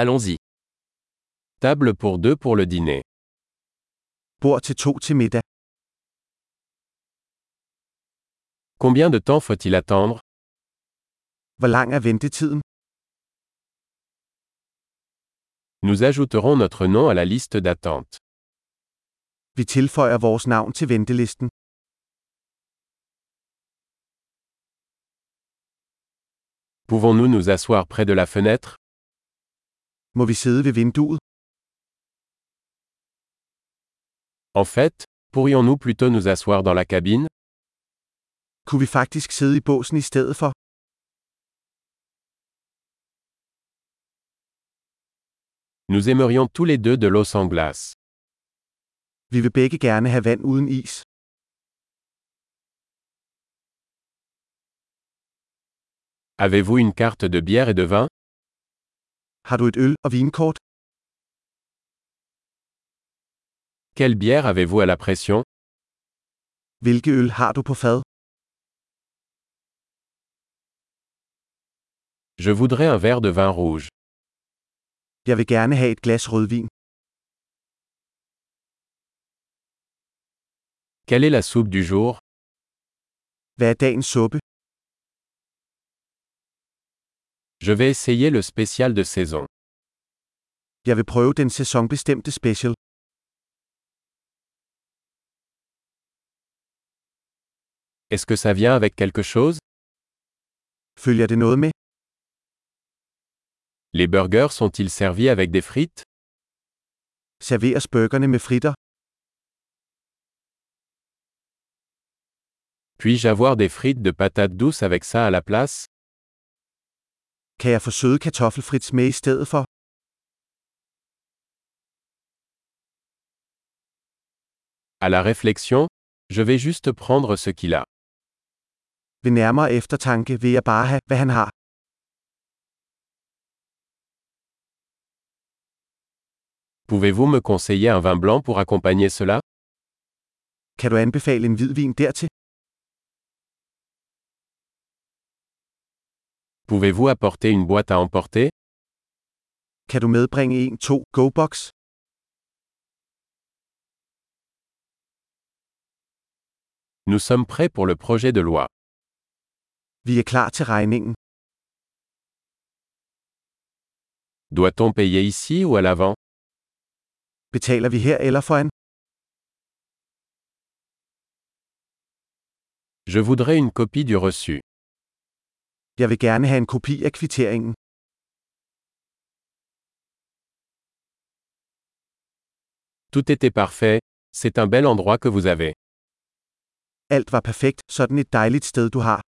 Allons-y. Table pour deux pour le dîner. Bord til to til middag. Combien de temps faut-il attendre Hvor lang er ventetiden? Nous ajouterons notre nom à la liste d'attente. Vi tilføjer vores navn til ventelisten. Pouvons-nous nous asseoir près de la fenêtre Må vi sidde ved vinduet? En fait, pourrions-nous plutôt nous asseoir dans la cabine Kunne vi faktisk sidde i båsen i stedet for? Nous aimerions tous les deux de l'eau sans glace. Vi vil begge gerne have vand uden is. Avez-vous une carte de bière et de vin Har du et øl og vinkort? Quelle bière avez-vous à la pression Hvilke øl har du på fad? Je voudrais un verre de vin rouge. Jeg vil gerne have et glas rødvin. Quelle est la soupe du jour Hvad er dagens suppe? Je vais essayer le spécial de saison. Jeg vil prøve den sæsonbestemte special. Est-ce que ça vient avec quelque chose Følger det noget med? Les burgers sont-ils servis avec des frites Serveres burgerne med fritter? Puis-je avoir des frites de patates douces avec ça à la place Kan jeg få søde kartoffelfrits med i stedet for? À la réflexion, je vais juste prendre ce qu'il a. Ved nærmere eftertanke vil jeg bare have, hvad han har. Pouvez-vous me conseiller un vin blanc pour accompagner cela Kan du anbefale en hvidvin dertil? Pouvez-vous apporter une boîte à emporter Kan du medbringe en 2 go-box? Nous sommes prêts pour le projet de loi. Vi er klar til regningen. Doit-on payer ici ou à l'avant Betaler vi her eller foran? Je voudrais une copie du reçu. Jeg vil gerne have en kopi af kvitteringen. Tout était parfait, c'est un bel endroit que vous avez. Alt var perfekt, sådan et dejligt sted du har.